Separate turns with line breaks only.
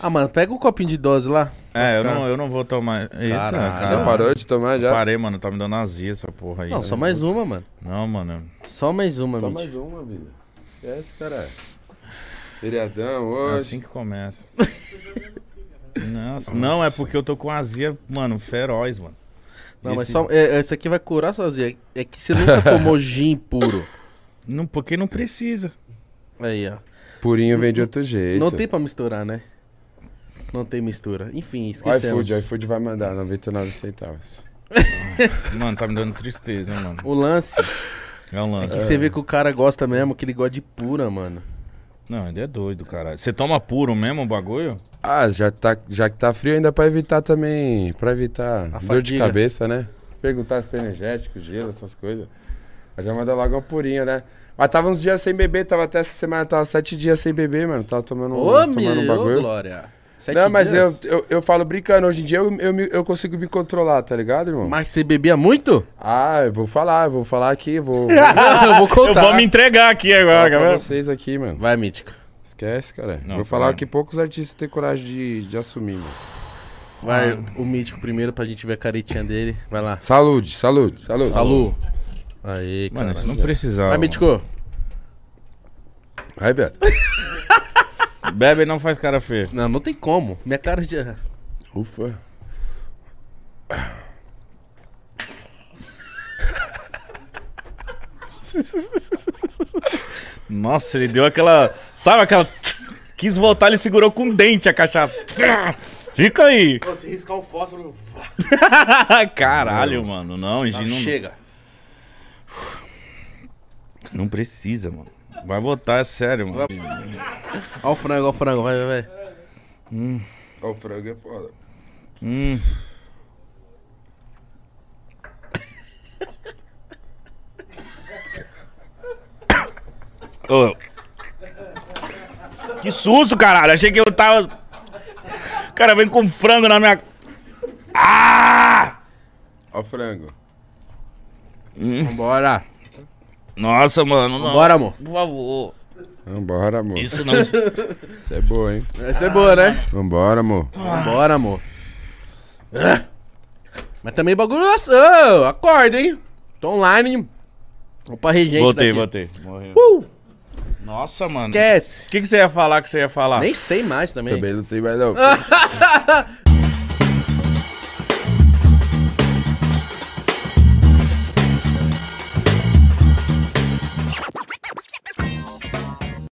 Ah, mano, pega um copinho de dose lá.
É, eu não, eu não vou tomar. Eita,
Caralho.
cara.
Parou de tomar já?
Parei, mano. Tá me dando azia essa porra aí.
Não, só mais uma, mano.
Não, mano. é
Só mais uma,
um Só
mano.
mais um. uma, vida. Esquece, caralho. Feriadão
Ah,
hoje.
É assim que começa. Nossa, não, é porque eu tô com azia, mano, feroz, mano.
Não, mas
Esse-
só. é, é, Essa aqui vai curar sozinha. É que você nunca tomou gin puro.
Não, porque não precisa.
Aí, ó.
Purinho vem de outro jeito.
Não tem pra misturar, né? Não tem mistura. Enfim,
O
esquecemos.
iFood, o iFood vai mandar 99 centavos.
Mano, tá me dando tristeza, né, mano?
O lance
É um
é que
lance.
você vê que o cara gosta mesmo, que ele gosta de pura, mano.
Não, ele é doido, caralho. Você toma puro mesmo o bagulho?
Ah, já, tá, já que tá frio ainda pra evitar também, pra evitar
A
dor de
fadiga.
cabeça, né? Perguntar se tem energético, gelo, essas coisas. Aí já manda logo uma purinha, né? Mas tava uns dias sem beber, tava até essa semana, tava sete dias sem beber, mano. Tava tomando,
Ô,
tomando
meu,
um
ô,
bagulho.
Glória. Sete
Não, mas eu,
dias?
eu, eu falo brincando, hoje em dia eu, eu, me- eu consigo me controlar, tá ligado, irmão?
Mas você bebia muito?
Ah, eu vou falar, eu vou falar aqui, vou, vou
eu vou
Eu
contar.
vou me entregar aqui agora,
falar pra
cara.
vocês aqui, mano.
Vai, Mítico.
Esquece, cara.
Não,
vou falar
fala.
que poucos artistas têm coragem de, de assumir, mano.
Vai,
Ah.
o Mítico primeiro pra gente ver a caretinha dele. Vai lá.
Saúde, saúde, saúde.
Salu. Aí, cara. é.
Mano, isso não precisava.
Vai, Mítico.
Aí, Beto.
mano. Bebe e não faz cara feia.
Não, não tem como. Minha cara de.
Ufa.
Nossa, ele deu aquela. Sabe aquela. Quis voltar, ele segurou com o dente a cachaça. Fica aí.
Se riscar o fósforo.
Ah, Caralho, mano. Não, Gino, não,
Chega.
não precisa, mano. Vai votar, é sério, mano.
Olha o frango, olha o frango. Vai, vai, vai.
Ó, o frango é foda.
Hum. Ô. Que susto, caralho. Achei que eu tava. O cara vem com frango na minha. Ah!
Ó, o frango.
Hum.
Vambora.
Nossa, mano. Não.
Bora, amor.
Por favor.
Vambora, amor. Isso,
Isso não. Isso...
é boa, hein?
Essa é boa, né?
Vambora, amor.
Bora, amor. Ah. Mas também bagulho ação. Acorda, hein? Tô online. hein? Vou pra regente.
Voltei,
daqui.
voltei. Morreu.
Uh,
Nossa, mano. O
esquece.
que, que você ia falar que você ia falar?
Nem sei mais também.
Também não sei mais não.